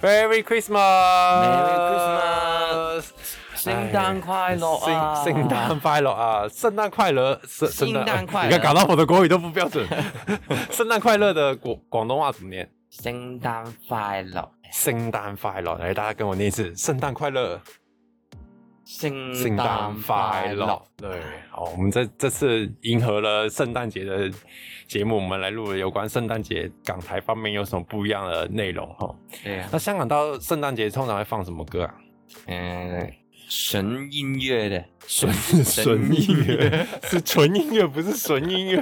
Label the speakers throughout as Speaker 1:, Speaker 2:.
Speaker 1: Merry
Speaker 2: Merry
Speaker 1: Christmas，
Speaker 2: 圣诞快乐啊！
Speaker 1: 哎圣圣诞快乐啊！圣诞快乐，圣圣
Speaker 2: 圣诞快乐
Speaker 1: 你看搞到我的国语都不标准。 圣诞快乐的广广东话怎么念？
Speaker 2: 圣诞快乐，
Speaker 1: 圣诞快乐，来，大家跟我念一次，圣诞快乐，
Speaker 2: 圣
Speaker 1: 圣诞快乐。对，好，我们这这次迎合了圣诞节的节目，我们来录了有关圣诞节港台方面有什么不一样的内容哈。
Speaker 2: 对啊，
Speaker 1: 那香港到圣诞节通常会放什么歌啊？
Speaker 2: 嗯，纯音乐的，
Speaker 1: 纯纯音乐 是纯音乐，不是纯音乐，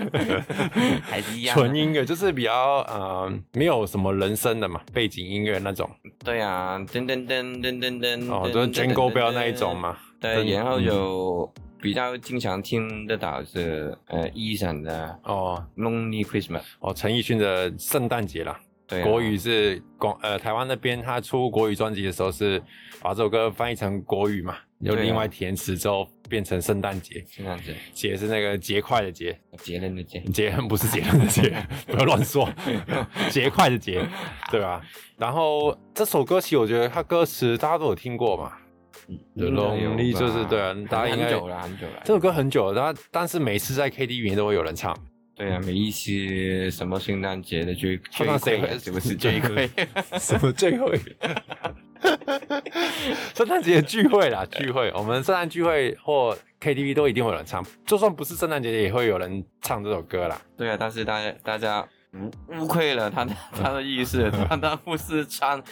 Speaker 2: 还是一样啊
Speaker 1: 纯音乐就是比较呃没有什么人声的嘛，背景音乐那种
Speaker 2: 对啊，噔噔噔噔噔噔，
Speaker 1: 哦，就是 Jingle Bell 那一种。嘛。
Speaker 2: 对，
Speaker 1: 噔
Speaker 2: 然后
Speaker 1: 嗯
Speaker 2: 有比较经常听得到是呃 Eason 的
Speaker 1: 哦
Speaker 2: Lonely Christmas，
Speaker 1: 哦，陈奕迅的圣诞节啦，
Speaker 2: 对啊，
Speaker 1: 国语是广呃台湾那边他出国语专辑的时候是把这首歌翻译成国语嘛，又
Speaker 2: 对啊
Speaker 1: 另外填词之后变成圣诞节，
Speaker 2: 是这样子，
Speaker 1: 节是那个节快的节，
Speaker 2: 结论的结。
Speaker 1: 节不是节日的 节，不要乱说，节快的节，对吧？然后这首歌其实我觉得它歌词大家都有听过嘛，The
Speaker 2: 应该有
Speaker 1: 嗯 Lonely
Speaker 2: 吧
Speaker 1: 就是对啊大家应
Speaker 2: 很
Speaker 1: 该
Speaker 2: 久了，很久了。
Speaker 1: 这首歌很久了，但但是每次在 KTV 里面都会有人唱，
Speaker 2: 对啊，每一期什么圣诞节的最
Speaker 1: 通
Speaker 2: 最
Speaker 1: 常谁
Speaker 2: 贵
Speaker 1: 会
Speaker 2: 啊是不是最贵？
Speaker 1: 什么聚会？ 圣诞节聚会啦，聚会，我们圣诞聚会或 KTV 都一定会有人唱，就算不是圣诞节也会有人唱这首歌啦。
Speaker 2: 对啊，但是大家大家嗯误会 了他的他的意思，他他不是唱，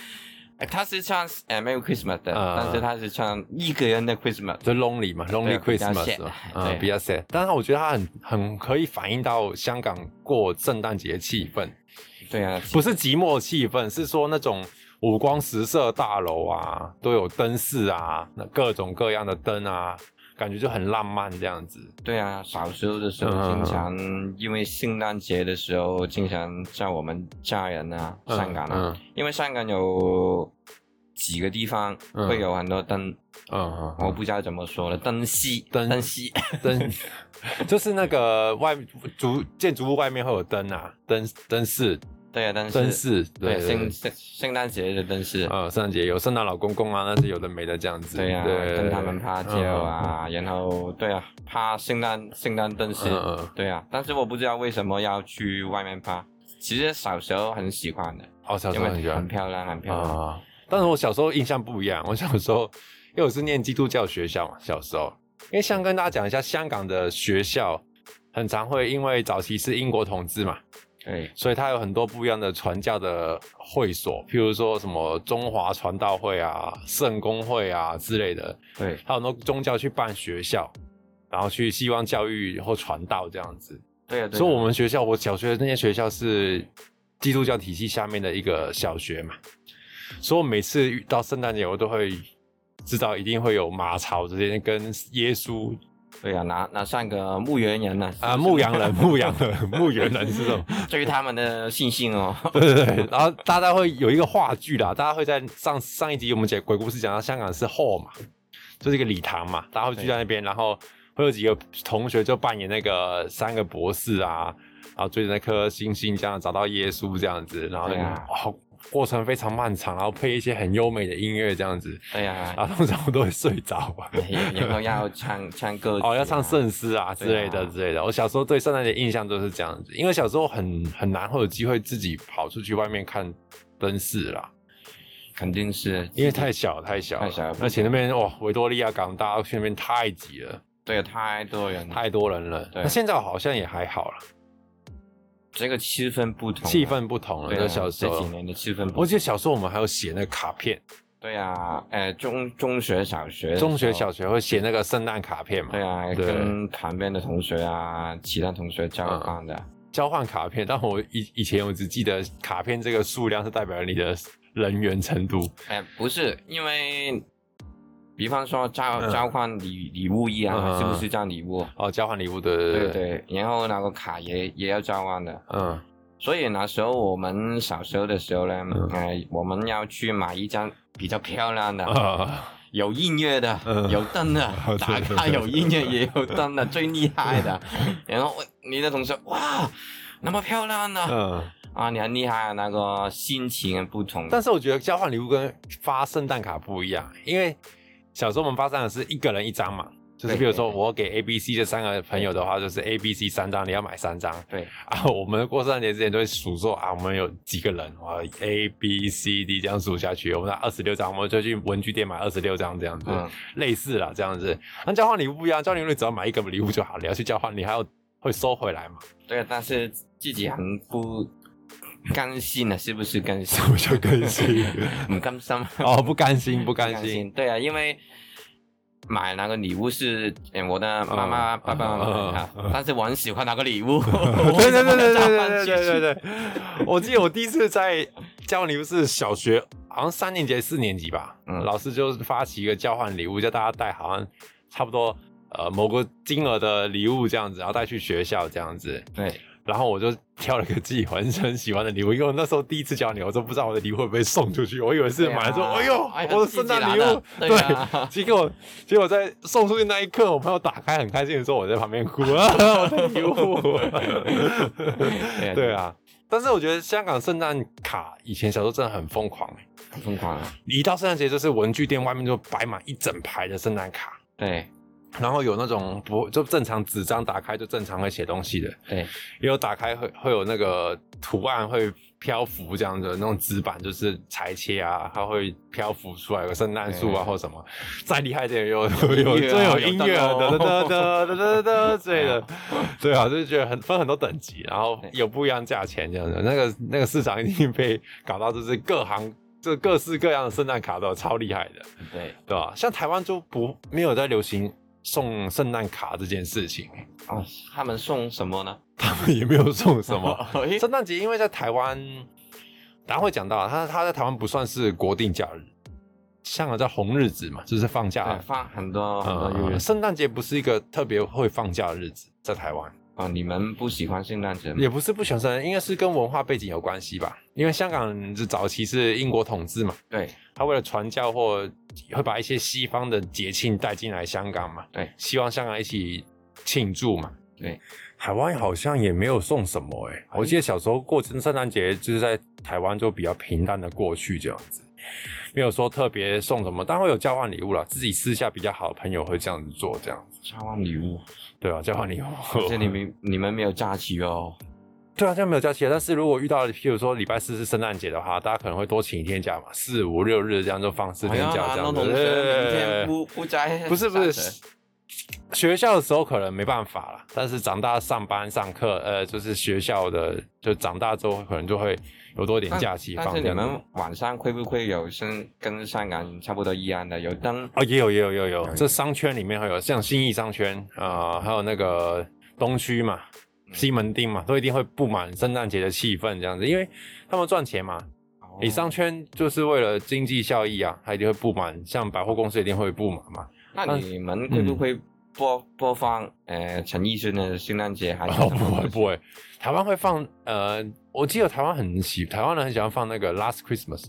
Speaker 2: 哎他是唱呃 Merry Christmas 的，
Speaker 1: 啊
Speaker 2: 但是他是唱一个人的 Christmas。
Speaker 1: 就 lonely 嘛，lonely
Speaker 2: 对比较
Speaker 1: Christmas
Speaker 2: sad，
Speaker 1: 嘛，
Speaker 2: 对啊
Speaker 1: 嗯，比较 sad。但是我觉得它很很可以反映到香港过圣诞节的气氛，
Speaker 2: 对啊，
Speaker 1: 不是寂寞的气氛，是说那种五光十色大楼啊，都有灯饰啊，那各种各样的灯啊，感觉就很浪漫这样子。
Speaker 2: 对啊，小时候的时候
Speaker 1: 嗯
Speaker 2: 经常因为圣诞节的时候，经常叫我们家人啊，
Speaker 1: 嗯
Speaker 2: 香港啊，因为香港有几个地方
Speaker 1: 嗯
Speaker 2: 会有很多灯，
Speaker 1: 嗯嗯，
Speaker 2: 我
Speaker 1: 嗯
Speaker 2: 不知道怎么说了，灯戏，
Speaker 1: 灯
Speaker 2: 灯戏，
Speaker 1: 灯就是那个外竹建筑物外面会有灯啊，灯灯饰
Speaker 2: 对啊，灯
Speaker 1: 灯
Speaker 2: 饰，
Speaker 1: 饰，
Speaker 2: 对
Speaker 1: 对
Speaker 2: 圣
Speaker 1: 对。
Speaker 2: 圣圣诞节的灯饰，
Speaker 1: 呃，圣诞节有圣诞老公公啊，那是有的没的这样子。
Speaker 2: 对啊，跟他们拍照
Speaker 1: 嗯嗯
Speaker 2: 啊，然后对啊，拍圣诞圣诞灯饰，
Speaker 1: 嗯嗯
Speaker 2: 对啊，但是我不知道为什么要去外面拍，其实小时候很喜欢的，
Speaker 1: 哦，小时
Speaker 2: 因
Speaker 1: 候
Speaker 2: 为
Speaker 1: 很喜欢
Speaker 2: 很漂亮，很漂亮。
Speaker 1: 啊、但是我小时候印象不一样，我小时候因为我是念基督教学校嘛，小时候，因为想跟大家讲一下，香港的学校很常会因为早期是英国统治嘛，
Speaker 2: 对，
Speaker 1: 所以它有很多不一样的传教的会所，譬如说什么中华传道会啊、圣公会啊之类的，
Speaker 2: 对，
Speaker 1: 还有很多宗教去办学校，然后去希望教育或传道这样子。
Speaker 2: 对啊，对啊
Speaker 1: 所以我们学校，我小学的那些学校是基督教体系下面的一个小学嘛，所以我每次遇到圣诞节，我都会知道一定会有马槽这些跟耶稣
Speaker 2: 对啊，拿拿上个牧羊人呢
Speaker 1: 啊、牧 羊人、牧羊人、牧羊人是这种，
Speaker 2: 对于他们的信心 哦。
Speaker 1: 对对对。然后大家会有一个话剧啦，大家会在上上一集我们讲鬼故事讲到香港是 hall 嘛，就是一个礼堂嘛，大家会聚在那边，然后会有几个同学就扮演那个三个博士啊，然后追着那颗星星这样找到耶稣这样子，然后那个
Speaker 2: 对啊
Speaker 1: 哦过程非常漫长，然后配一些很优美的音乐这样子，
Speaker 2: 对啊，
Speaker 1: 然后通常我都会睡着。
Speaker 2: 然然后要唱唱歌曲啊，
Speaker 1: 哦，要唱圣诗啊之类
Speaker 2: 对
Speaker 1: 的
Speaker 2: 啊
Speaker 1: 之类的。我小时候对圣诞节印象都是这样子，因为小时候很很难会有机会自己跑出去外面看灯饰啦，
Speaker 2: 肯定是
Speaker 1: 因为太小太小了
Speaker 2: 太小了
Speaker 1: 而且那边哇维多利亚港大家去那边太挤了，
Speaker 2: 对啊太多人了，
Speaker 1: 太多人了。
Speaker 2: 对
Speaker 1: 那现在好像也还好了，
Speaker 2: 这个气氛不同啊，
Speaker 1: 气氛不同了。
Speaker 2: 对
Speaker 1: 跟哦
Speaker 2: 啊
Speaker 1: 小时
Speaker 2: 这
Speaker 1: 候
Speaker 2: 几，年的气氛不
Speaker 1: 我
Speaker 2: 同。
Speaker 1: 记得小时候我们还有写那个卡片，
Speaker 2: 对啊，呃，中中学、小学的时候、
Speaker 1: 中学小学会写那个圣诞卡片嘛
Speaker 2: 对，啊，
Speaker 1: 对
Speaker 2: 跟旁边的同学啊、其他同学交换的。
Speaker 1: 交换卡片。但我以以前我只记得卡片这个数量是代表你的人员程度。
Speaker 2: 哎、不是，因为比方说交、
Speaker 1: 嗯
Speaker 2: 交换礼礼物一样啊，
Speaker 1: 嗯
Speaker 2: 是不是叫礼物？
Speaker 1: 哦，交换礼物的，
Speaker 2: 对对，然后那个卡也也要交换的。
Speaker 1: 嗯，
Speaker 2: 所以那时候我们小时候的时候呢，
Speaker 1: 嗯
Speaker 2: 呃，我们要去买一张比较漂亮的、
Speaker 1: 啊，
Speaker 2: 有音乐的、
Speaker 1: 嗯
Speaker 2: 有 灯的
Speaker 1: 对，
Speaker 2: 打
Speaker 1: 对
Speaker 2: 卡
Speaker 1: 对
Speaker 2: 有音乐也有灯 的，最厉害的。然后喂你的同学哇，那么漂亮呢、
Speaker 1: 嗯，
Speaker 2: 啊，你很厉害，那个心情不 同。
Speaker 1: 但是我觉得交换礼物跟发圣诞卡不一样，因为小时候我们发圣诞卡是一个人一张嘛，就是比如说
Speaker 2: 对
Speaker 1: 我给 A、B、C 这三个朋友的话，就是 A、B、C 三张，你要买三张
Speaker 2: 对，
Speaker 1: 啊。我们过圣诞节之前都会数说啊，我们有几个人哇，A、B、C、D 这样数下去，我们拿二十六张，我们就去文具店买二十六张这样子，
Speaker 2: 嗯，
Speaker 1: 类似啦这样子。那交换礼物不一样，交换礼物你只要买一个礼物就好了，你要去交换，你还要会收回来嘛。
Speaker 2: 对，但是自己很不甘心啊了，是不是甘 心
Speaker 1: 什？么叫甘 心？
Speaker 2: 不甘心。
Speaker 1: 哦，不甘心，不甘
Speaker 2: 不
Speaker 1: 心。。
Speaker 2: 对啊，因为买那个礼物是呃我的妈妈、
Speaker 1: 嗯
Speaker 2: 爸爸妈
Speaker 1: 嗯嗯
Speaker 2: 妈、
Speaker 1: 嗯
Speaker 2: 但是我很喜欢那个礼物。
Speaker 1: 对对对对对对对 对
Speaker 2: 对。
Speaker 1: 对对！我记得我第一次在交换礼物是小学，好像三年级、四年级吧。
Speaker 2: 嗯
Speaker 1: 老师就是发起一个交换礼物，叫大家带好像差不多呃某个金额的礼物这样子，然后带去学校这样子。
Speaker 2: 对，
Speaker 1: 然后我就挑了个自己很很喜欢的礼物，因为我那时候第一次交换礼物，我都不知道我的礼物会不会送出去，我以为是买了之后，
Speaker 2: 对啊
Speaker 1: 哎
Speaker 2: 哎
Speaker 1: 呦
Speaker 2: 呀，
Speaker 1: 我的圣诞礼
Speaker 2: 自己拿
Speaker 1: 物
Speaker 2: 的，对 啊
Speaker 1: 结果结果在送出去那一刻，我朋友打开很开心的时候，我在旁边哭 啊，我的礼物，
Speaker 2: 啊
Speaker 1: 对啊。但是我觉得香港圣诞卡以前小时候真的很疯狂、欸，
Speaker 2: 很 疯狂啊！
Speaker 1: 一到圣诞节就是文具店外面就摆满一整排的圣诞卡，
Speaker 2: 对
Speaker 1: 然后有那种不就正常纸张打开就正常会写东西的，
Speaker 2: 对
Speaker 1: 也有打开会会有那个图案会漂浮这样的那种纸板，就是裁切啊，它会漂浮出来有个圣诞树啊
Speaker 2: 对
Speaker 1: 或什么。再厉害一点有有有
Speaker 2: 音乐啊
Speaker 1: 真有音乐啊，哒
Speaker 2: 有灯
Speaker 1: 哒
Speaker 2: 笼
Speaker 1: 哒哒哒哒之类的。对啊，就是觉得很分很多等级，然后有不一样价钱这样的。那个那个市场已经被搞到就是各行就各式各样的圣诞卡都有超厉害的，
Speaker 2: 对
Speaker 1: 对吧、像台湾就不没有在流行送圣诞卡这件事情，
Speaker 2: 哦，他们送什么呢？哎
Speaker 1: 他们也没有送什 么。
Speaker 2: 诶
Speaker 1: 圣诞节因为在台湾，等下会讲到，他他在台湾不算是国定假日，香港叫红日子嘛，就是放假
Speaker 2: 对，。放很多很多优
Speaker 1: 呃，
Speaker 2: 越
Speaker 1: 圣诞节不是一个特别会放假的日子，在台湾
Speaker 2: 哦，你们不喜欢圣诞节吗？
Speaker 1: 也不是不喜欢圣诞，应该是跟文化背景有关系吧。因为香港人是早期是英国统治嘛，
Speaker 2: 对
Speaker 1: 他为了传教或会把一些西方的节庆带进来香港嘛，
Speaker 2: 对，
Speaker 1: 希望香港一起庆祝嘛。
Speaker 2: 对，
Speaker 1: 台湾好像也没有送什么哎、我记得小时候过圣圣诞节就是在台湾就比较平淡的过去这样子，没有说特别送什么，当然会有交换礼物啦，自己私下比较好的朋友会这样子做，这样子
Speaker 2: 交换礼物，
Speaker 1: 对啊，交换 礼物。
Speaker 2: 这你们你们没有假期哦。
Speaker 1: 对啊，这样没有假期啊，但是如果遇到譬如说礼拜四是圣诞节的话，大家可能会多请一天假嘛，四五六日这样就放四
Speaker 2: 好
Speaker 1: 天
Speaker 2: 像
Speaker 1: 假这样
Speaker 2: 哎那
Speaker 1: 子。
Speaker 2: 同学
Speaker 1: 对
Speaker 2: 明天不不在，
Speaker 1: 不是不是，学校的时候可能没办法啦，但是长大上班上课，呃，就是学校的，就长大之后可能就会有多点
Speaker 2: 但
Speaker 1: 假期
Speaker 2: 但
Speaker 1: 放
Speaker 2: 是
Speaker 1: 这
Speaker 2: 你
Speaker 1: 样
Speaker 2: 们
Speaker 1: 子。
Speaker 2: 晚上会不会有跟跟香港差不多一样的有灯？
Speaker 1: 哦，也有也有也有，
Speaker 2: 嗯
Speaker 1: 这商圈里面会有，像新义商圈啊、呃还有那个东区嘛、
Speaker 2: 嗯
Speaker 1: 西门町嘛，都一定会布满圣诞节的气氛这样子，因为
Speaker 2: 哦
Speaker 1: 他们赚钱嘛，你商圈就是为了经济效益啊，它一定会布满，像百货公司一定会布满嘛。
Speaker 2: 那你
Speaker 1: 嗯
Speaker 2: 们会不会播播放呃陈奕迅的《圣诞节》还是
Speaker 1: 哦，
Speaker 2: 什么
Speaker 1: 不会不会，台湾会放呃，我记得台湾很喜，台湾人很喜欢放那个 Last Christmas，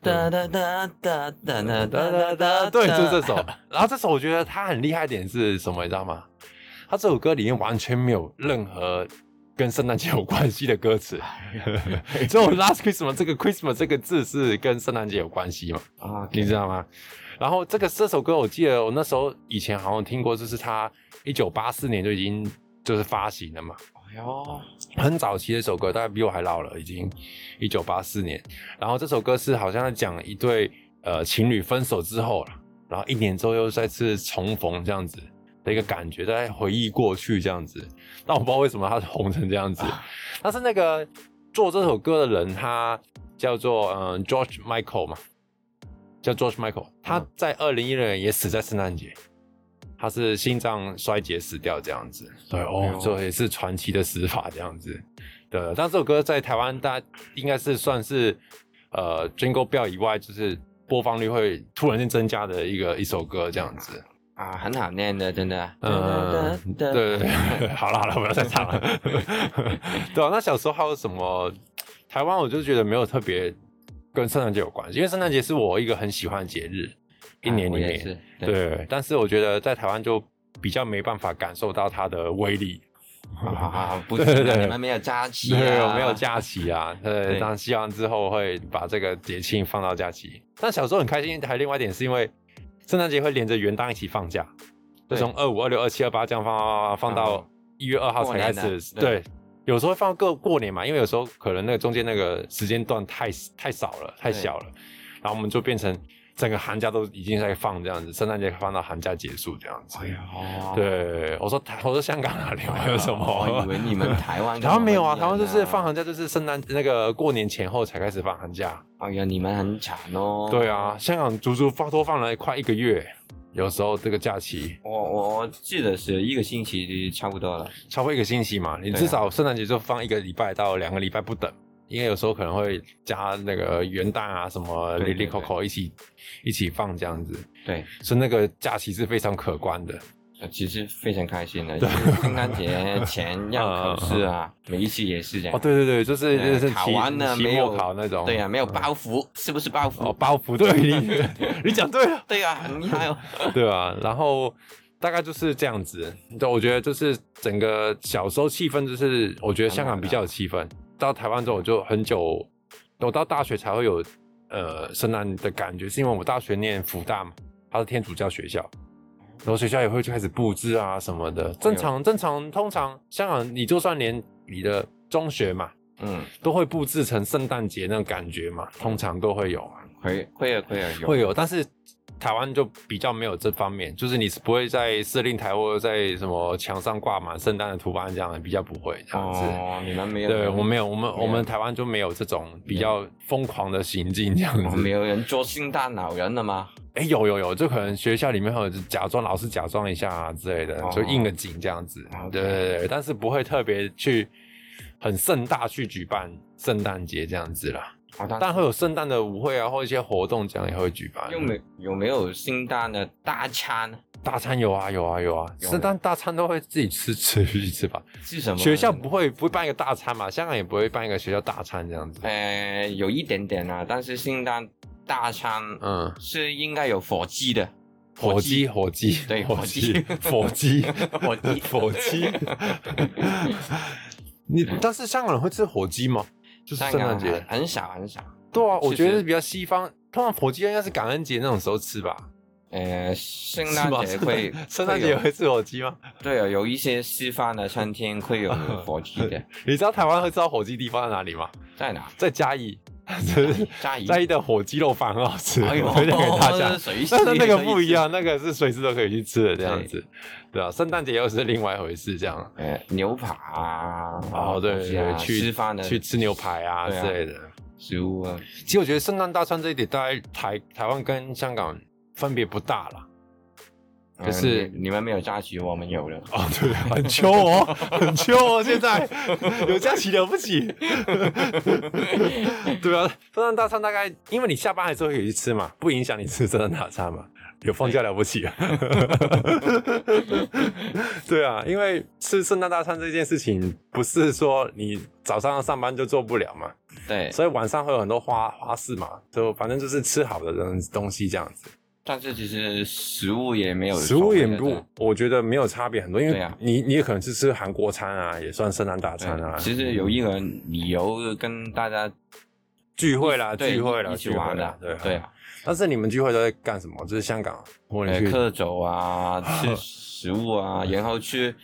Speaker 2: 哒哒哒哒哒哒
Speaker 1: 哒哒
Speaker 2: 哒
Speaker 1: 哒，
Speaker 2: 哒，
Speaker 1: 对，就是这首。然后这首我觉得它很厉害一点是什么，你知道吗？它这首歌里面完全没有任何跟圣诞节有关系的歌 词，只有 Last Christmas 这个 Christmas 这个字是跟圣诞节有关系嘛？
Speaker 2: 啊，
Speaker 1: 你知道吗？然后这个这首歌，我记得我那时候以前好像听过，就是他一九八四年就已经就是发行了嘛，
Speaker 2: 哎呦，
Speaker 1: 很早期的一首歌，大概比我还老了，已经一九八四年。然后这首歌是好像在讲一对呃情侣分手之后了，然后一年之后又再次重逢这样子的一个感觉，在回忆过去这样子。但我不知道为什么它红成这样子， 但是那个做这首歌的人，他叫做嗯、呃 George Michael 嘛，叫 George Michael，他在二零一六年也死在圣诞节。他是心脏衰竭死掉这样子，对
Speaker 2: 哎
Speaker 1: 哦
Speaker 2: 呦，
Speaker 1: 这也是传奇的死法这样子。对，但这首歌在台湾大家应该是算是呃 Jingle Bell 以外，就是播放率会突然间增加的一个一首歌这样子。
Speaker 2: 啊，很好念的，真的。
Speaker 1: 嗯，对对对， 好了好了，不要再唱了。 对啊，那小时候还有什么？台湾我就觉得没有特别跟圣诞节有关系，因为圣诞节是我一个很喜欢的节日，一年里
Speaker 2: 啊我也
Speaker 1: 面。
Speaker 2: 是，
Speaker 1: 对，但是我觉得在台湾就比较没办法感受到它的威力。
Speaker 2: 啊，不
Speaker 1: 对
Speaker 2: 行
Speaker 1: 对
Speaker 2: 啊，
Speaker 1: 对
Speaker 2: 你们没有假期
Speaker 1: 对，
Speaker 2: 啊，
Speaker 1: 没有，假期啊。对，
Speaker 2: 对
Speaker 1: 但希望之后会把这个节庆放到假期。但小时候很开心，还有另外一点是因为圣诞节会连着元旦一起放假，就
Speaker 2: 对
Speaker 1: 从二五、二六、二七、二八这样放放到
Speaker 2: 嗯
Speaker 1: 一月二号才开
Speaker 2: 过年
Speaker 1: 始。
Speaker 2: 啊
Speaker 1: 对，有时候会放过过年嘛，因为有时候可能那个中间那个时间段太太少了，太
Speaker 2: 对
Speaker 1: 小了，然后我们就变成整个寒假都已经在放这样子，圣诞节放到寒假结束这样子。
Speaker 2: 哦，
Speaker 1: 对，我说台，我说香港哪里有什么？
Speaker 2: 我 以为你 们台湾跟
Speaker 1: 台湾没有啊，
Speaker 2: 我们一
Speaker 1: 台
Speaker 2: 样
Speaker 1: 湾就是放，寒假，就是圣诞那个过年前后才开始放寒假。
Speaker 2: 哎呀，你们很惨哦，
Speaker 1: 对啊，香港足足放多放了快一个月，有时候这个假期
Speaker 2: 我我我记得是一个星期差不多了，
Speaker 1: 超过一个星期嘛，你
Speaker 2: 对啊
Speaker 1: 至少圣诞节就放一个礼拜到两个礼拜不等，因为有时候可能会加那个元旦啊什么
Speaker 2: 对
Speaker 1: 里
Speaker 2: 对
Speaker 1: 里
Speaker 2: 对
Speaker 1: 口口一起一起放这样子，
Speaker 2: 对，
Speaker 1: 所以那个假期是非常可观的。
Speaker 2: 呃其实非常开心的，因为圣诞节前要考试 啊，每一期也是这样。
Speaker 1: 哦，对对对，就是就
Speaker 2: 呃
Speaker 1: 是
Speaker 2: 考
Speaker 1: 期
Speaker 2: 完了
Speaker 1: 期
Speaker 2: 没
Speaker 1: 末
Speaker 2: 有
Speaker 1: 考那种，
Speaker 2: 对啊呀、没有包袱，是不是包袱？
Speaker 1: 哦，包袱对你，你讲对了。
Speaker 2: 对呀、很厉害哦。
Speaker 1: 对啊，然后大概就是这样子。对，我觉得就是整个小时候气氛，就是我觉得香港比较有气氛。到台湾之后，我就很久，我到大学才会有呃圣诞的感觉，是因为我大学念福大嘛，它是天主教学校，然后学校也会就开始布置啊什么的。正常正常，通常香港你就算连你的中学嘛，
Speaker 2: 嗯，
Speaker 1: 都会布置成圣诞节那种感觉嘛，通常都会有嘛。
Speaker 2: 会会啊会啊有
Speaker 1: 会有，但是台湾就比较没有这方面，就是你是不会在司令台或者在什么墙上挂满圣诞的图案这样的，比较不会这样子。
Speaker 2: 哦，你们没有？
Speaker 1: 对，我没有，我们
Speaker 2: 没有
Speaker 1: 我们台湾就没有这种比较疯狂的行径这样
Speaker 2: 哦，
Speaker 1: 子
Speaker 2: 没。有人做圣诞老人了吗？
Speaker 1: 哎、有有有，就可能学校里面会有假装老师假装一下、啊、之类的，
Speaker 2: 哦
Speaker 1: 就应个景这样子。
Speaker 2: OK
Speaker 1: 对对对，但是不会特别去很盛大去举办圣诞节这样子啦。
Speaker 2: 哦，但
Speaker 1: 但会有圣诞的舞会啊，或一些活动这样也会举办。
Speaker 2: 又没有没有圣诞的大餐
Speaker 1: 大餐有啊有啊有啊，
Speaker 2: 有
Speaker 1: 圣诞大餐都会自己吃吃去吃吧。
Speaker 2: 是什么？
Speaker 1: 学校不会不会办一个大餐嘛，香港也不会办一个学校大餐这样子。
Speaker 2: 呃有一点点啊，但是圣诞大餐
Speaker 1: 嗯，
Speaker 2: 是应该有火鸡的，
Speaker 1: 火鸡火鸡
Speaker 2: 对
Speaker 1: 火
Speaker 2: 火鸡
Speaker 1: 火鸡
Speaker 2: 火鸡
Speaker 1: 火鸡。 你但是香港人会吃火鸡吗？就是
Speaker 2: 香
Speaker 1: 圣诞
Speaker 2: 港
Speaker 1: 节
Speaker 2: 很。啊很少很少。
Speaker 1: 对啊，我
Speaker 2: 是
Speaker 1: 觉得
Speaker 2: 是
Speaker 1: 是比较西方，通常火鸡应该是感恩节那种时候吃吧。
Speaker 2: 呃，圣
Speaker 1: 是
Speaker 2: 诞
Speaker 1: 吗
Speaker 2: 节 会，
Speaker 1: 圣诞
Speaker 2: 会
Speaker 1: 节
Speaker 2: 有
Speaker 1: 会吃火鸡吗？
Speaker 2: 对啊，有一些西方的餐厅 会有火鸡的，
Speaker 1: 你知道台湾会知道火鸡地方在哪里吗？
Speaker 2: 在哪？
Speaker 1: 在嘉义。
Speaker 2: 嘉义。
Speaker 1: 在意的火鸡肉饭很好吃，
Speaker 2: 哎呦
Speaker 1: 我推荐给 大家。
Speaker 2: 水
Speaker 1: 但哦是那个
Speaker 2: 水
Speaker 1: 不一样，那个是随时都可以去吃的这样子，对啊，圣诞节又是另外一回事，这样。
Speaker 2: 呃，牛扒啊，
Speaker 1: 哦，对
Speaker 2: 东
Speaker 1: 对
Speaker 2: 西啊
Speaker 1: 对，去
Speaker 2: 吃饭的
Speaker 1: 去吃牛排啊之
Speaker 2: 对啊
Speaker 1: 类的。
Speaker 2: 食物啊，
Speaker 1: 其实我觉得圣诞大餐这一点，大概台台湾跟香港分别不大啦。
Speaker 2: 呃
Speaker 1: 就是
Speaker 2: 你你们没有假期，我们有了。
Speaker 1: 哦，对，很秋哦，很秋 哦，现在有假期了不起。 对啊，圣诞大餐大概，因为你下班还是会有去吃嘛，不影响你吃圣诞大餐嘛。有放假了不 起啊！对啊，因为吃圣诞大餐这件事情，不是说你早上上班就做不了嘛，
Speaker 2: 对，
Speaker 1: 所以晚上会有很多花花式嘛，就反正就是吃好的东东西这样子。
Speaker 2: 但是其实食物也没有
Speaker 1: 食
Speaker 2: 所
Speaker 1: 物
Speaker 2: 谓
Speaker 1: 也
Speaker 2: 的，
Speaker 1: 不，我觉得没有差别很多，因为
Speaker 2: 对啊
Speaker 1: 你、你也可能是吃韩国餐啊，也算圣诞大
Speaker 2: 对
Speaker 1: 餐啊，
Speaker 2: 其实有一个理由跟大家
Speaker 1: 聚会啦，
Speaker 2: 对
Speaker 1: 聚会啦，
Speaker 2: 一起
Speaker 1: 聚会
Speaker 2: 玩
Speaker 1: 啦
Speaker 2: 的，，
Speaker 1: 对
Speaker 2: 对
Speaker 1: 啊。
Speaker 2: 啊，
Speaker 1: 但是你们聚会都在干什么？就是香港，啊或者
Speaker 2: 呃
Speaker 1: 去
Speaker 2: 喝酒 啊，吃食物啊，然后去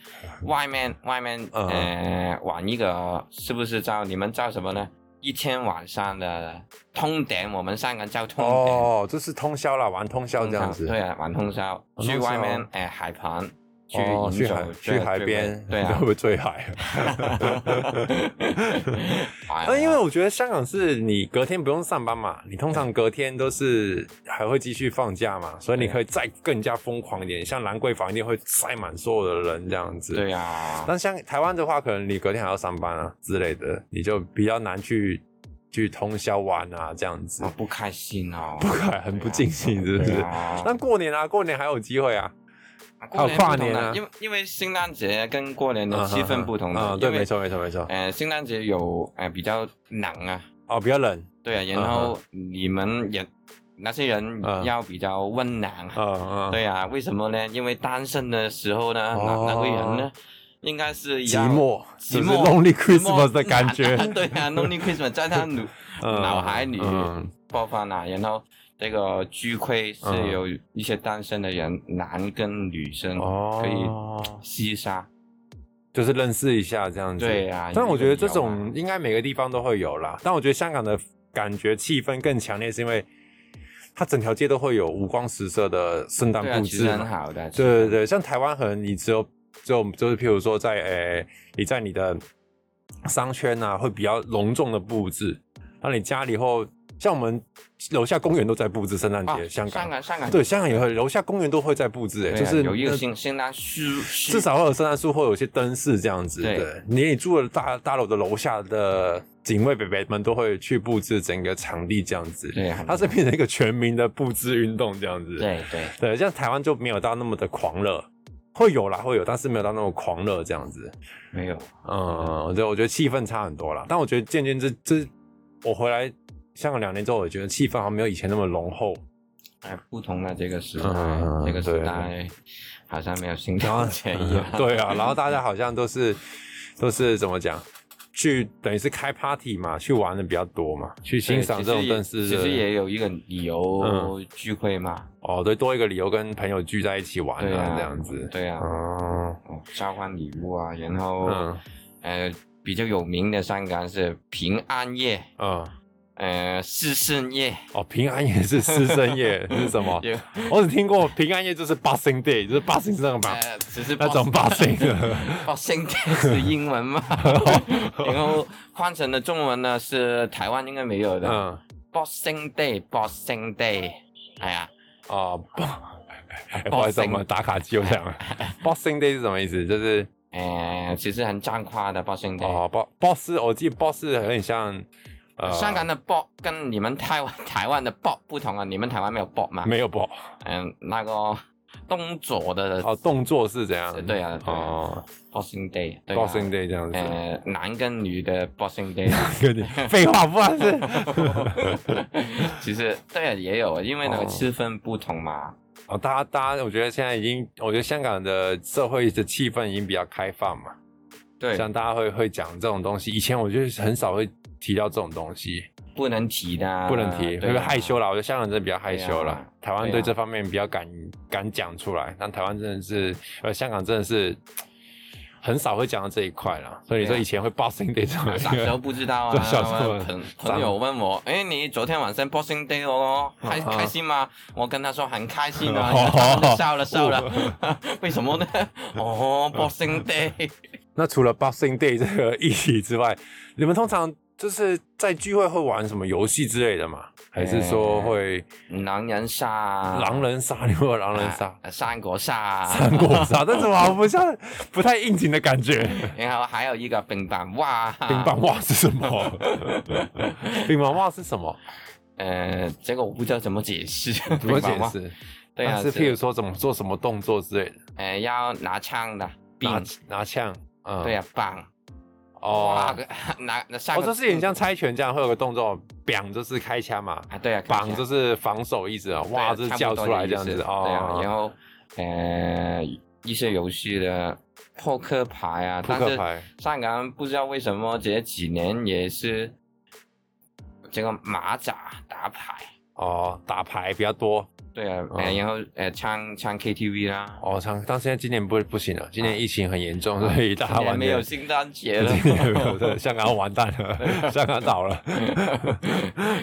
Speaker 2: 外面外面
Speaker 1: 嗯
Speaker 2: 呃玩一个，是不是叫你们叫什么呢？一天晚上的通顶，我们香港叫通顶。
Speaker 1: 哦，就是通宵啦，玩通宵这样子。哦
Speaker 2: 通常对啊，玩通宵，
Speaker 1: 玩
Speaker 2: 去
Speaker 1: 通宵
Speaker 2: 外面哎、呃海旁去
Speaker 1: 哦，去
Speaker 2: 饮酒，
Speaker 1: 海
Speaker 2: 对
Speaker 1: 去
Speaker 2: 啊
Speaker 1: 海
Speaker 2: 对
Speaker 1: 边，
Speaker 2: 对
Speaker 1: 你
Speaker 2: 啊
Speaker 1: 会不，会醉海？那
Speaker 2: 哎呀
Speaker 1: 呃啊因为我觉得香港是你隔天不用上班 嘛，你通常隔天都是还会继续放假嘛，所以你
Speaker 2: 对啊
Speaker 1: 可以再更加疯狂一点，像兰桂坊一定会塞满所有的人这样子。
Speaker 2: 对啊，
Speaker 1: 但像台湾的话，可能你隔天还要上班啊之类的，你就比较难去去通宵玩啊这样子
Speaker 2: 我，不开心哦，
Speaker 1: 不可很不尽兴，是不
Speaker 2: 对
Speaker 1: 是？
Speaker 2: 啊，
Speaker 1: 但过年啊，过年还有机会啊，
Speaker 2: 过
Speaker 1: 还有
Speaker 2: 年
Speaker 1: 跨
Speaker 2: 不同
Speaker 1: 年
Speaker 2: 的
Speaker 1: 啊
Speaker 2: 因为因为圣诞节跟过年的气氛不同的，
Speaker 1: 啊，嗯
Speaker 2: 因
Speaker 1: 对，
Speaker 2: 为
Speaker 1: 没错，没错，没错。
Speaker 2: 呃，圣诞节有呃比较冷啊，
Speaker 1: 哦，比较冷，
Speaker 2: 对啊，然后你们也那些人
Speaker 1: 嗯
Speaker 2: 要比较温暖啊，
Speaker 1: 嗯嗯，
Speaker 2: 对啊，为什么呢？因为单身的时候呢，那那个人呢，应该是一
Speaker 1: 哦寂
Speaker 2: 样
Speaker 1: 寞，
Speaker 2: 寂
Speaker 1: 就是
Speaker 2: 寞
Speaker 1: Lonely
Speaker 2: 寂寞
Speaker 1: Christmas 的感 觉，
Speaker 2: 对啊，Lonely Christmas 在他脑
Speaker 1: 嗯
Speaker 2: 脑海里
Speaker 1: 嗯
Speaker 2: 爆发啦，然后这个聚会是
Speaker 1: 嗯
Speaker 2: 有一些单身的人，男跟女生可以
Speaker 1: 哦，
Speaker 2: 厮杀，
Speaker 1: 就是认识一下这样子。
Speaker 2: 对啊
Speaker 1: 但我觉得这
Speaker 2: 有一个聊
Speaker 1: 种
Speaker 2: 啊
Speaker 1: 应该每个地方都会有啦。但我觉得香港的感觉气氛更强烈，是因为它整条街都会有五光十色的圣诞
Speaker 2: 对啊，
Speaker 1: 布置
Speaker 2: 其实很
Speaker 1: 嘛。
Speaker 2: 好的，
Speaker 1: 对对对，像台湾可能你只有只有就是譬如说在诶、你在你的商圈啊会比较隆重的布置，那你家里后像我们楼下公园都在布置圣诞
Speaker 2: 啊
Speaker 1: 节，香
Speaker 2: 香
Speaker 1: 港。
Speaker 2: 港香港
Speaker 1: 对，香港也会，楼下公园都会在布置、欸，
Speaker 2: 对啊
Speaker 1: 就是
Speaker 2: 有一
Speaker 1: 那
Speaker 2: 个新新单虚虚
Speaker 1: 至少会有圣诞树，会有一些灯饰这样子。
Speaker 2: 对
Speaker 1: 对，你你住的大大楼的楼下的警卫北北们都会去布置整个场地这样子。
Speaker 2: 对啊
Speaker 1: 它是变成一个全民的布置运动这样子。
Speaker 2: 对对
Speaker 1: 对，像台湾就没有到那么的狂热，会有啦，会有，但是没有到那么狂热这样子。
Speaker 2: 没有
Speaker 1: 嗯，我觉得我觉得气氛差很多啦。但我觉得渐渐这这，我回来香港两年之后，我觉得气氛好像没有以前那么浓厚。
Speaker 2: 哎，不同的这个时代，
Speaker 1: 嗯
Speaker 2: 这个时
Speaker 1: 对
Speaker 2: 代好像没有 新疆前一样。
Speaker 1: 对啊，然后大家好像都是都是怎么讲，去等于是开 party 嘛，去玩的比较多嘛，去欣赏这种嗯
Speaker 2: 对
Speaker 1: 灯
Speaker 2: 其实也
Speaker 1: 饰
Speaker 2: 其
Speaker 1: 的
Speaker 2: 实也有一个理由聚会嘛，
Speaker 1: 哦，对，多一个理由跟朋友聚在一起玩
Speaker 2: 对啊
Speaker 1: 啊，这样子。
Speaker 2: 对啊，
Speaker 1: 哦，
Speaker 2: 哦交换礼物啊，然后、
Speaker 1: 嗯
Speaker 2: 呃比较有名的香港是平安夜，
Speaker 1: 嗯，
Speaker 2: 呃四圣夜，
Speaker 1: 哦，平安夜是师生夜是什么？
Speaker 2: 有
Speaker 1: 我只听过平安夜就是 Boxing Day，就是 Boxing 是那种吧，
Speaker 2: 呃只是
Speaker 1: 那种 Boxing 的。
Speaker 2: Boxing Day 是英文 嘛，然后换成了中文呢是台湾应该没有的、
Speaker 1: 嗯，
Speaker 2: Boxing Day，Boxing Day，哎呀。
Speaker 1: 哦，不，哎不好意思，我
Speaker 2: Boxing
Speaker 1: 们打卡机又 这样了。Boxing Day 是什么意思？就是
Speaker 2: 哎，其实很张夸的 Boxing Day。
Speaker 1: 哦，boss boss，我记得 boss 有点像，呃，
Speaker 2: 香港的 b 跟你们台湾 台湾的 b 不同啊，你们台湾没有 b 嘛？
Speaker 1: 没有 boss
Speaker 2: 嗯，那个东佐的
Speaker 1: 哦，动作是怎样？
Speaker 2: 对啊对啊
Speaker 1: 哦
Speaker 2: Boxing Day，对吧、啊
Speaker 1: ，boxing day 这样 子。
Speaker 2: 呃，男跟女的 Boxing Day，
Speaker 1: 跟 你废话，不然是
Speaker 2: 其实对啊也有，因为那个
Speaker 1: 哦
Speaker 2: 气氛不同嘛。
Speaker 1: 哦，大家大家，我觉得现在已经，我觉得香港的社会的气氛已经比较开放嘛，
Speaker 2: 对，
Speaker 1: 像大家会会讲这种东西，以前我就是很少会提到这种东西，
Speaker 2: 不能提的啊，
Speaker 1: 不能提，
Speaker 2: 对
Speaker 1: 会
Speaker 2: 啊
Speaker 1: 害羞啦。我觉得香港真的比较害羞
Speaker 2: 对
Speaker 1: 啦
Speaker 2: 啊，
Speaker 1: 台湾
Speaker 2: 对
Speaker 1: 对
Speaker 2: 啊
Speaker 1: 这方面比较敢敢讲出来，但台湾真的是，呃，香港真的是很少会讲到这一块啦。所以你说
Speaker 2: 对啊
Speaker 1: 以前会 boxing day 这种
Speaker 2: 小时候不知道啊，
Speaker 1: 小时候
Speaker 2: 朋朋友问我，哎，你昨天晚上 Boxing Day 哦，开
Speaker 1: 啊
Speaker 2: 开心吗？我跟他说很开心啊，
Speaker 1: 哦
Speaker 2: 他们就笑了笑了， 为什 么呢？哦，Boxing Day，
Speaker 1: 那除了 Boxing Day 这个议题之外，你们通常就是在聚会会玩什么游戏之类的吗？还是说会
Speaker 2: 狼人杀啊，
Speaker 1: 狼人杀？你会有狼人杀、
Speaker 2: 啊，三国杀啊，
Speaker 1: 三国杀？这怎么好不像不太应景的感觉？
Speaker 2: 然后还有一个冰棒哇，
Speaker 1: 乒乓，袜是什么？ 乒乓袜是什么？
Speaker 2: 呃，这个我不知道怎么解释，
Speaker 1: 怎么
Speaker 2: 乒
Speaker 1: 解
Speaker 2: 乓袜？
Speaker 1: 释？
Speaker 2: 对啊，
Speaker 1: 但是譬如说怎么做什么动作之类的，
Speaker 2: 呃要拿枪的，
Speaker 1: 拿
Speaker 2: 柄，
Speaker 1: 拿枪，嗯，
Speaker 2: 对，啊，棒，哇
Speaker 1: 哦，，
Speaker 2: 拿拿三
Speaker 1: 哦，
Speaker 2: 个，
Speaker 1: 这是有点像猜拳这样，会有个动作，bang 就是开枪嘛，
Speaker 2: 啊，对啊，看一
Speaker 1: 绑
Speaker 2: 下
Speaker 1: 就是防守意思啊，
Speaker 2: 对啊
Speaker 1: 哇，这是叫出来这样子
Speaker 2: 差不多的意思
Speaker 1: 哦，
Speaker 2: 对啊，然后呃一些游戏的扑克牌啊，
Speaker 1: 扑
Speaker 2: 但
Speaker 1: 克
Speaker 2: 是
Speaker 1: 牌
Speaker 2: 香港不知道为什么这几年也是这个马甲打牌，
Speaker 1: 哦，打牌比较多
Speaker 2: 对啊，
Speaker 1: 哦
Speaker 2: 呃、然后呃唱唱 KTV 啦，
Speaker 1: 哦，像但现在今年不不行了，今年疫情很严重，所以大家
Speaker 2: 啊今年
Speaker 1: 玩
Speaker 2: 没
Speaker 1: 得
Speaker 2: 有圣诞节了
Speaker 1: 今，年没有 对，香港完蛋了，香港倒了，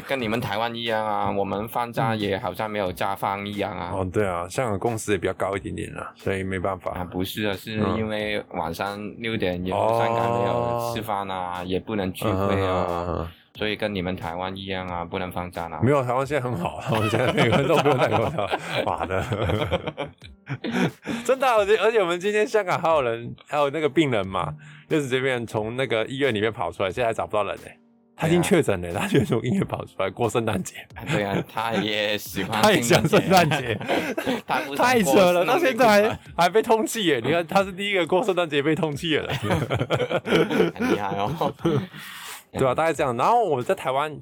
Speaker 2: 跟你们台湾一样啊，我们放假也好像没有假放一样啊。
Speaker 1: 哦，对啊，香港工时也比较高一点点了，所以没办
Speaker 2: 啊，
Speaker 1: 法，
Speaker 2: 不是啊，是
Speaker 1: 嗯
Speaker 2: 因为晚上六点以
Speaker 1: 哦
Speaker 2: 后香港没有吃饭啊，也不能聚会啊，
Speaker 1: 嗯。
Speaker 2: 所以跟你们台湾一样啊，不能放假啦。
Speaker 1: 没有，台湾现在很好，我们现在每个人都不用戴口罩，妈的，真的啊、我觉得而且我们今天香港还有人，还有那个病人嘛，就是这边从那个医院里面跑出来，现在还找不到人呢、欸他已
Speaker 2: 啊
Speaker 1: 经确诊了，他居然从医院跑出来过圣诞节，
Speaker 2: 对啊，他也喜欢
Speaker 1: 他也想圣诞节，
Speaker 2: 他不想过
Speaker 1: 太扯了，到现在
Speaker 2: 圣诞
Speaker 1: 还还被通缉欸耶！你看，他是第一个过圣诞节被通缉的人。
Speaker 2: 节很厉害哦。
Speaker 1: 对啊，大概这样。然后我们在台湾，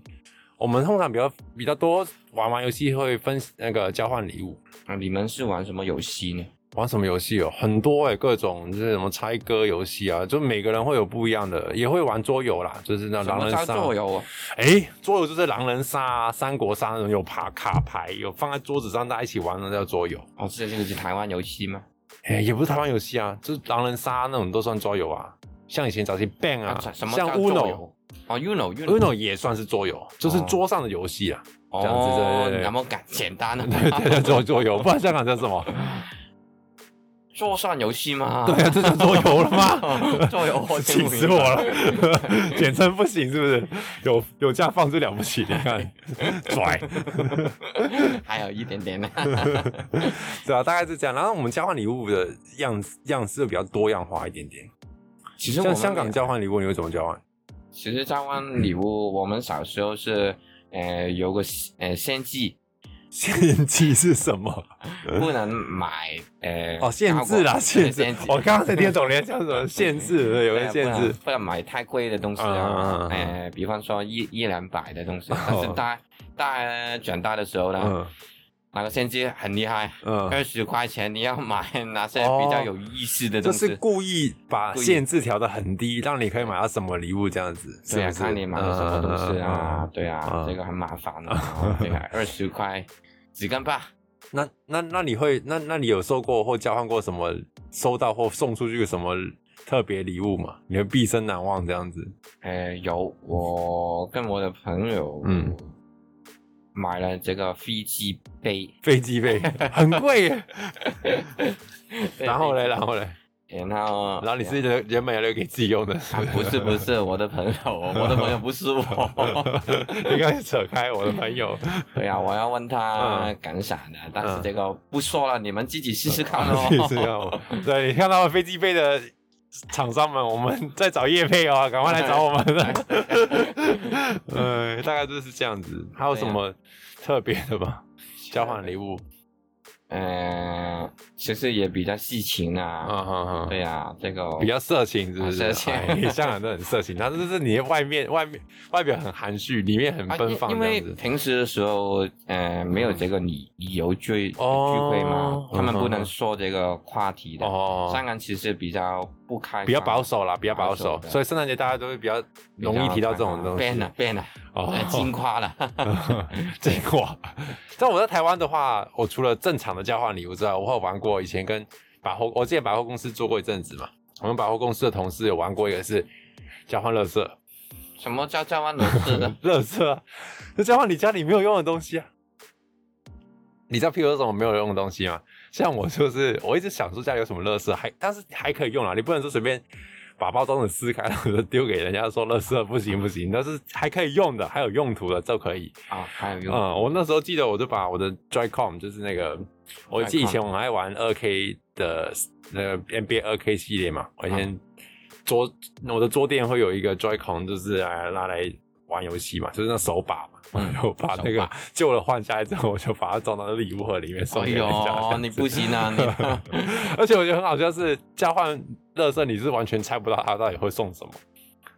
Speaker 1: 我们通常比较比较多玩玩游戏会分那个交换礼物，
Speaker 2: 啊你们是玩什么游戏呢？
Speaker 1: 玩什么游戏哦？很多哎、各种就是什么猜歌游戏啊，就每个人会有不一样的，也会玩桌游啦，就是那种
Speaker 2: 什
Speaker 1: 狼
Speaker 2: 么
Speaker 1: 人
Speaker 2: 叫
Speaker 1: 杀。
Speaker 2: 做游啊？
Speaker 1: 哎、桌游就是狼人杀、啊、三国杀那种，有爬卡牌，有放在桌子上大家一起玩的叫桌游。
Speaker 2: 哦，这这个是台湾游戏吗？
Speaker 1: 哎、也不是台湾游戏啊，就是狼人杀那种都算桌游啊。像以前早期 Bang 啊，
Speaker 2: 啊什么
Speaker 1: 像
Speaker 2: 叫做
Speaker 1: Uno。
Speaker 2: 游？哦，Uno，Uno，
Speaker 1: Uno 也算是桌游，就是桌上的游戏啊。 这样子对对对
Speaker 2: 有没有感简单啊的？
Speaker 1: 对对对，桌桌游，不然香港叫什么？
Speaker 2: 桌上游戏吗？
Speaker 1: 对啊，这叫桌游了吗？
Speaker 2: 啊， 桌游，我听
Speaker 1: 气
Speaker 2: 不
Speaker 1: 死
Speaker 2: 明
Speaker 1: 我
Speaker 2: 白！
Speaker 1: 了！ 简称不行是不是？有有这样放就了不起，你 看，拽，
Speaker 2: 还有一点点呢。
Speaker 1: 对啊，大概是这样。然后我们交换礼物的样子样式会比较多样化一点点。
Speaker 2: 其实我
Speaker 1: 像
Speaker 2: 们
Speaker 1: 香港嗯交换礼物，你会怎么交换？
Speaker 2: 其实交换礼物，我们小时候是呃有个呃献祭，
Speaker 1: 献祭是什么？
Speaker 2: 不能买
Speaker 1: 呃
Speaker 2: 呃
Speaker 1: 哦，限制啦，
Speaker 2: 高
Speaker 1: 限
Speaker 2: 对
Speaker 1: 制
Speaker 2: 限。
Speaker 1: 我刚刚才听懂你在讲什么，限制，对，有
Speaker 2: 对
Speaker 1: 个限
Speaker 2: 不能
Speaker 1: 制。
Speaker 2: 不能买太贵的东西
Speaker 1: 嗯嗯嗯
Speaker 2: 啊，
Speaker 1: 嗯
Speaker 2: 呃，比方说一一两百的东西，但是大大长大的时候呢，
Speaker 1: 哦嗯
Speaker 2: 那个献祭很厉害，
Speaker 1: 嗯，
Speaker 2: 二十块钱你要买那些
Speaker 1: 哦
Speaker 2: 比较有意思的
Speaker 1: 就
Speaker 2: 东西，
Speaker 1: 是故意把
Speaker 2: 故意
Speaker 1: 限制调的很低，让你可以买到什么礼物这样子，是
Speaker 2: 对啊，
Speaker 1: 不是？
Speaker 2: 看你买了什么东西
Speaker 1: 嗯嗯嗯
Speaker 2: 啊
Speaker 1: 嗯，
Speaker 2: 对啊
Speaker 1: 嗯，
Speaker 2: 这个很麻烦啊，这个二十块几根吧，
Speaker 1: 那那那你会那那你有收过或交换过什么收到或送出去的什么特别礼物吗？你会毕生难忘这样子？
Speaker 2: 呃，有我跟我的朋友，
Speaker 1: 嗯，
Speaker 2: 买了这个飞机杯，
Speaker 1: 飞机 杯很贵耶，然后嘞，
Speaker 2: 对
Speaker 1: 然后嘞，
Speaker 2: 呃然后
Speaker 1: 然后你自己的原本要留给自己用的，是
Speaker 2: 啊不是不是我的朋友，我的朋友不是 我，
Speaker 1: 你刚才扯开我的朋友，
Speaker 2: 对呀、啊，我要问
Speaker 1: 嗯
Speaker 2: 他
Speaker 1: 嗯
Speaker 2: 感想的，但是这个不说了，你们自己试试看 哦。
Speaker 1: 你知道吗？对，你看到飞机杯的厂商们，我们在找叶配哦，赶快来找我们。 呃，大概就是这样子。还有什
Speaker 2: 啊
Speaker 1: 么特别的吗？交换礼物？
Speaker 2: 呃，其实也比较细情
Speaker 1: 嗯
Speaker 2: 啊，
Speaker 1: 嗯嗯，
Speaker 2: 对呀、这个
Speaker 1: 比较色情，是不是？
Speaker 2: 哦啊色情
Speaker 1: 哎香港人都很色情，他就是你外面外面外表很含蓄，里面很
Speaker 2: 啊
Speaker 1: 奔
Speaker 2: 因
Speaker 1: 放
Speaker 2: 因
Speaker 1: 这
Speaker 2: 为
Speaker 1: 样子。
Speaker 2: 平时的时候，呃，没有这个旅旅游聚聚
Speaker 1: 哦
Speaker 2: 会嘛，他们
Speaker 1: 嗯
Speaker 2: 不
Speaker 1: 嗯嗯
Speaker 2: 能说这个话题的。香
Speaker 1: 哦，
Speaker 2: 港其实比较不开放，
Speaker 1: 比较保守啦，比较保守
Speaker 2: 保守，的
Speaker 1: 所以圣诞节大家都会比较
Speaker 2: 比较啊
Speaker 1: 容易提到这种东西。
Speaker 2: 变了变了，
Speaker 1: 哦
Speaker 2: 呃，金夸了，
Speaker 1: 这个哇，在我在台湾的话，我除了正常的交换礼物之外，我还有玩过以前跟百货，我之前百货公司做过一阵子嘛，我们百货公司的同事有玩过一个是交换乐色，
Speaker 2: 什么叫交换人 士的？
Speaker 1: 乐色啊，就交换你家里没有用的东西啊。你知道，譬如说什么没有用的东西吗？像我就是，我一直想说家里有什么乐色，还但是还可以用啊，你不能说随便把包装纸撕开然后就丢给人家说乐色不行不行，但是还可以用的，还有用途的就可以。
Speaker 2: 啊，还有一个
Speaker 1: 嗯，我那时候记得，我就把我的 Joycom 就是那个，我记得以前我很爱玩二 K 的那个 NBA 二 K 系列嘛，我以前桌、我的桌垫会有一个 Joycom，就是来拿来玩游戏嘛，就是那手把嘛，
Speaker 2: 嗯
Speaker 1: 然后把那个
Speaker 2: 手
Speaker 1: 旧的换下来之后，我就把它装到礼物盒里面送
Speaker 2: 哎
Speaker 1: 给人家。
Speaker 2: 呦，你不 行啊，你
Speaker 1: 而且我觉得很好笑是交换乐色，你是完全猜不到他到底会送什么。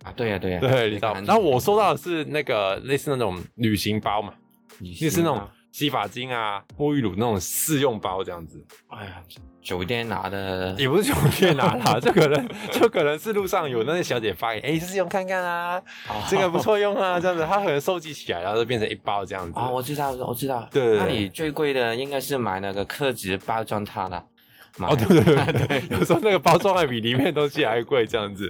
Speaker 2: 啊，对呀对呀，
Speaker 1: 对，你知道吗。
Speaker 2: 这个
Speaker 1: 然后我收到的是那个类似那种旅行包嘛，
Speaker 2: 你
Speaker 1: 就是那种
Speaker 2: 啊，
Speaker 1: 洗发精啊、沐浴乳那种试用包这样子，
Speaker 2: 哎呀，酒店拿的，
Speaker 1: 也不是 酒店拿啦， 就可能就可能是路上有那些小姐发给，哎、试用看看啊，
Speaker 2: 啊
Speaker 1: 这个不错用啊，这样子，她可能收集起来，然后就变成一包这样子。
Speaker 2: 啊，我知道我知道，
Speaker 1: 对对对
Speaker 2: 那你最贵的应该是买那个克值包装它的，买
Speaker 1: 哦，对对对对， 有时候那个包装还比里面东西还贵，这样子，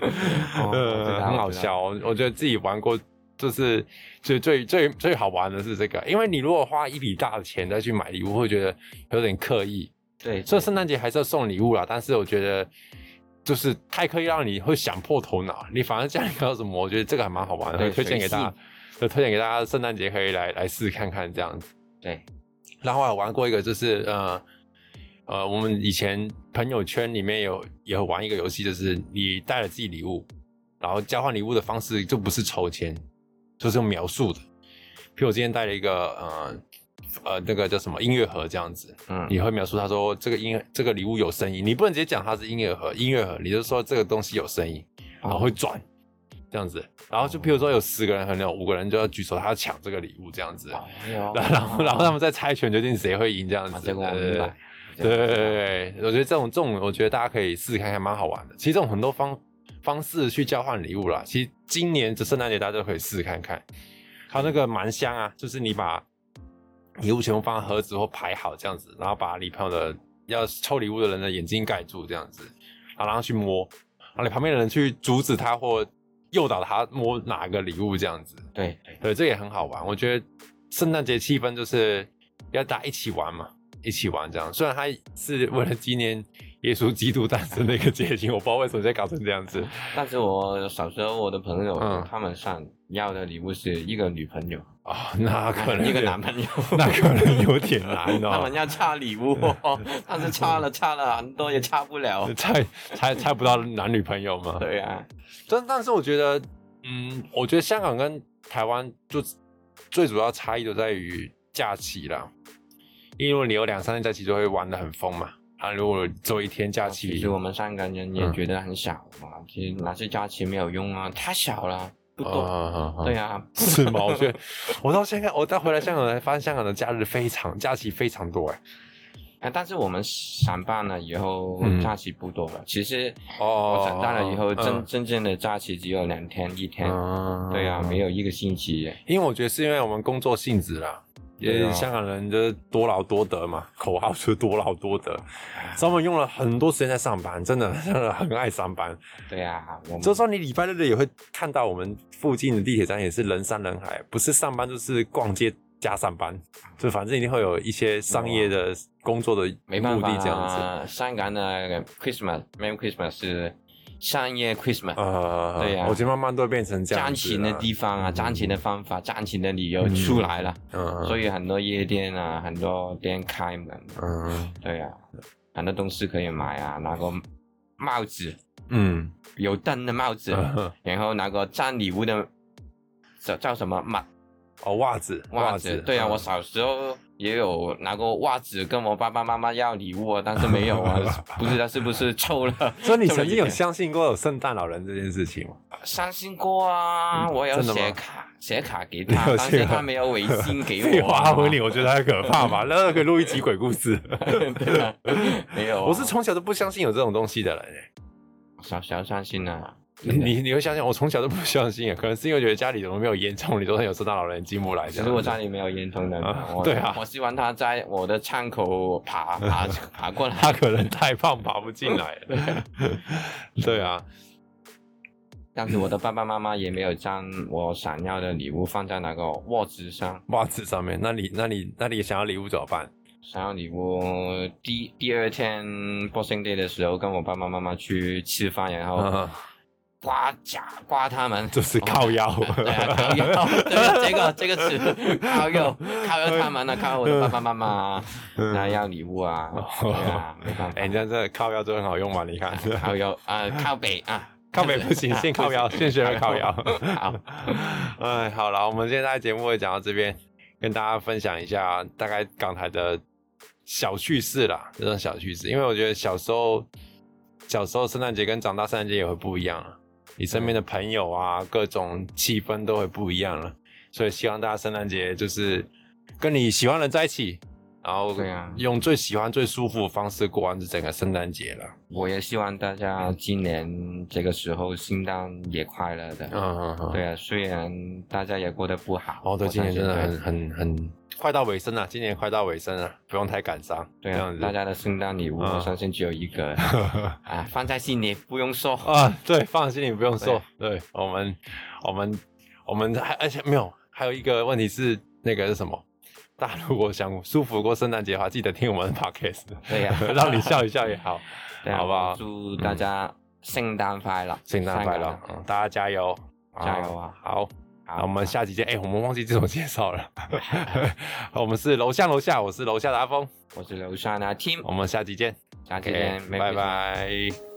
Speaker 2: 哦我 知
Speaker 1: 呃，
Speaker 2: 道
Speaker 1: 很好
Speaker 2: 我知道
Speaker 1: 笑哦。我觉得自己玩过，就是最最最最好玩的是这个，因为你如果花一笔大的钱再去买礼物，会觉得有点刻意。
Speaker 2: 对，
Speaker 1: 所
Speaker 2: 这
Speaker 1: 以圣诞节还是要送礼物啦，但是我觉得就是太刻意让你会想破头脑，你反而家里搞什么，我觉得这个还蛮好玩的，
Speaker 2: 对
Speaker 1: 推荐给大家，就推荐给大家，圣诞节可以来来试看看这样子。
Speaker 2: 对，
Speaker 1: 然后我还玩过一个，就是呃呃，我们以前朋友圈里面有有玩一个游戏，就是你带了自己礼物，然后交换礼物的方式就不是抽签，就是用描述的。譬如我今天带了一个呃呃那个叫什么音乐盒这样子，
Speaker 2: 嗯
Speaker 1: 你会描述他说这个音这个礼物有声音，你不能直接讲它是音乐盒，音乐盒，你就说这个东西有声音，然
Speaker 2: 哦
Speaker 1: 后会转。这样子，然后就譬如说有十个人，可能有五个人就要举手，他要抢 这个礼物这样子。
Speaker 2: 哎呦
Speaker 1: 然后然后他们再猜拳，决定谁会赢这样
Speaker 2: 啊
Speaker 1: 子。
Speaker 2: 这个我
Speaker 1: 对对对
Speaker 2: 明白，这
Speaker 1: 对
Speaker 2: 样
Speaker 1: 对对对，对我觉得这种这种，我觉得大家可以试试看看，蛮好玩的。其实这种很多方方式去交换礼物啦，其实今年的圣诞节大家都可以试试看看。还有那个蛮香啊，就是你把礼物全部放在盒子或排好这样子，然后把你朋友的要抽礼物的人的眼睛盖住这样子，然后让他去摸，然后你旁边的人去阻止他或诱导他摸哪个礼物这样子。
Speaker 2: 对对
Speaker 1: 对，这也很好玩。我觉得圣诞节气氛就是要大家一起玩嘛，一起玩这样。虽然它是为了纪念耶稣基督诞生的一个节庆，我不知道为什么现在搞成这样子。
Speaker 2: 但是我小时候我的朋友、
Speaker 1: 嗯
Speaker 2: 他们上要的礼物是一个女朋友，
Speaker 1: 哦，那可能
Speaker 2: 一个
Speaker 1: 有
Speaker 2: 男，朋友，
Speaker 1: 那可能有点难
Speaker 2: 他们
Speaker 1: 哦。
Speaker 2: 要差 礼物、哦，但是差了差了很多也差不了。
Speaker 1: 猜猜猜不到男女朋友吗？
Speaker 2: 对啊呀、
Speaker 1: 但但是我觉得，嗯，我觉得香港跟台湾就最主要差异就在于假期啦，因为你有两三天假期就会玩的很疯嘛。啊，如果只有一天假期，
Speaker 2: 哦
Speaker 1: 嗯
Speaker 2: 其实我们香港人也觉得很小嘛，其实拿去假期没有用啊，太小了，不
Speaker 1: 啊
Speaker 2: 多。
Speaker 1: 啊啊
Speaker 2: 对呀、
Speaker 1: 是吗？我觉得 我到现在，我再回来香港才发现，香港的假日非常假期非常多哎。
Speaker 2: 啊，但是我们上班了以后
Speaker 1: 嗯
Speaker 2: 假期不多了。其实
Speaker 1: 哦
Speaker 2: 我长大了以后，
Speaker 1: 嗯
Speaker 2: 真真正的假期只有两天一天。
Speaker 1: 嗯
Speaker 2: 对啊呀、没有一个星期。
Speaker 1: 因为我觉得是因为我们工作性质啦，因
Speaker 2: 对啊
Speaker 1: 为香港人就是多劳多得嘛， 口号就是多劳多得，所以我们用了很多时间在上班，真的真的很爱上班。
Speaker 2: 对呀、我们
Speaker 1: 就算你礼拜六也会看到我们附近的地铁站也是人山人海，不是上班就是逛街加上班，就反正一定会有一些商业的工作的
Speaker 2: 没
Speaker 1: 目
Speaker 2: 办法
Speaker 1: 的这样子。
Speaker 2: 啊。香港的 Christmas、Merry Christmas 是商业 Christmas，、
Speaker 1: 呃，
Speaker 2: 对呀
Speaker 1: 我觉得慢慢都会变成哦这样
Speaker 2: 赚
Speaker 1: 子
Speaker 2: 钱
Speaker 1: 了。
Speaker 2: 的地方啊，
Speaker 1: 嗯
Speaker 2: 赚钱的方法，赚钱的理由
Speaker 1: 嗯
Speaker 2: 出来了，
Speaker 1: 嗯，
Speaker 2: 所
Speaker 1: 以
Speaker 2: 以很多夜店啊，很多店开门，
Speaker 1: 嗯
Speaker 2: 对呀、很多东西可以买啊，拿个帽子，
Speaker 1: 嗯
Speaker 2: 有灯的帽子，
Speaker 1: 嗯
Speaker 2: 然后拿个占礼物的叫叫什么袜
Speaker 1: 哦，袜子
Speaker 2: 袜子？对啊，
Speaker 1: 嗯
Speaker 2: 我小时候也有拿过袜子跟我爸爸妈妈要礼物啊，但是没 有啊，不知道是不是臭了。
Speaker 1: 所以你
Speaker 2: 这么
Speaker 1: 曾经有
Speaker 2: 一点
Speaker 1: 相信过有圣诞老人这件事情吗？
Speaker 2: 伤心过啊，
Speaker 1: 嗯
Speaker 2: 我有
Speaker 1: 真的吗
Speaker 2: 写卡写卡给
Speaker 1: 你
Speaker 2: 他，
Speaker 1: 有
Speaker 2: 但
Speaker 1: 写
Speaker 2: 是
Speaker 1: 卡
Speaker 2: 他没 有微信给
Speaker 1: 自己
Speaker 2: 我、
Speaker 1: 花
Speaker 2: 啊。
Speaker 1: 婚礼，我觉得很可怕吧？那可以录一集鬼故事。
Speaker 2: 对啊，没有啊、
Speaker 1: 我是从小都不相信有这种东西的人欸，
Speaker 2: 小小伤 心啊。
Speaker 1: 你你你会相信？我从小都不相信欸，可能是因为觉得家里怎么没有烟囱，你都有圣诞老人进不来这
Speaker 2: 其
Speaker 1: 样子。
Speaker 2: 实我家里没有烟囱的，
Speaker 1: 啊
Speaker 2: 我
Speaker 1: 对啊
Speaker 2: 我希望他在我的窗口 爬爬爬过来。
Speaker 1: 他可能太胖爬不进来 了。对啊，
Speaker 2: 但是我的爸爸妈妈也没有将我想要的礼物放在那个卧子上，
Speaker 1: 袜子上面，那你那你那你想要礼物怎么办？
Speaker 2: 想要礼物第第二天 Boxing Day 的时候，跟我爸爸妈妈去吃饭，然后
Speaker 1: 嗯
Speaker 2: 刮甲刮他们，
Speaker 1: 就是哦靠腰，
Speaker 2: 对啊，靠腰，对啊，这个这个词，靠腰，靠腰他们了，靠我的爸爸妈妈啊，
Speaker 1: 嗯
Speaker 2: 那要礼物啊，对啊，没办
Speaker 1: 哎、你
Speaker 2: 法，
Speaker 1: 这样真的靠腰就很好用嘛？你 看，
Speaker 2: 靠腰啊，靠北啊，
Speaker 1: 靠北不 行，先靠腰，先学会靠 腰。
Speaker 2: 好，
Speaker 1: 哎，好了，我们现在节目也讲到这边，跟大家分享一下大概港台的小趣事啦，这种小趣事，因为我觉得小时候，小时候圣诞节跟长大圣诞节也会不一样了，你身边的朋友啊，各种气氛都会不一样了，所以希望大家圣诞节就是跟你喜欢的人在一起，然后
Speaker 2: 对啊
Speaker 1: 用最喜欢、最舒服的方式过完这整个圣诞节了。
Speaker 2: 我也希望大家今年这个时候圣诞也快乐的。
Speaker 1: 嗯嗯嗯，
Speaker 2: 对啊，虽然大家也过得不好，
Speaker 1: 哦，对，
Speaker 2: 我
Speaker 1: 今年
Speaker 2: 相信
Speaker 1: 真的
Speaker 2: 对
Speaker 1: 很很很快到尾声了，今年快到尾声了，不用太感伤。
Speaker 2: 对
Speaker 1: 这
Speaker 2: 啊
Speaker 1: 样，子
Speaker 2: 大家的圣诞礼物，
Speaker 1: 嗯
Speaker 2: 我相信只有一 个啊，放在心里不用说。
Speaker 1: 啊，对，放心，你不用说。对我们，我们，我们还而且没有，还有一个问题是那个是什么？大家如果想舒服过圣诞节的话，记得听我们的 podcast，
Speaker 2: 对呀
Speaker 1: 让你笑一笑也好，
Speaker 2: 对啊
Speaker 1: 好不好嗯
Speaker 2: 祝大家圣诞快乐，
Speaker 1: 圣诞快乐
Speaker 2: 香，港
Speaker 1: 嗯大家加油，
Speaker 2: 加油啊
Speaker 1: 好，
Speaker 2: 好
Speaker 1: 那我们下期见。哎，我们忘记自我介绍 了，我们是楼下楼下，我是楼下的阿峰，
Speaker 2: 我是刘山啊，Tim，
Speaker 1: 我们下期见。
Speaker 2: 下期
Speaker 1: OK，
Speaker 2: 见，
Speaker 1: 拜。拜。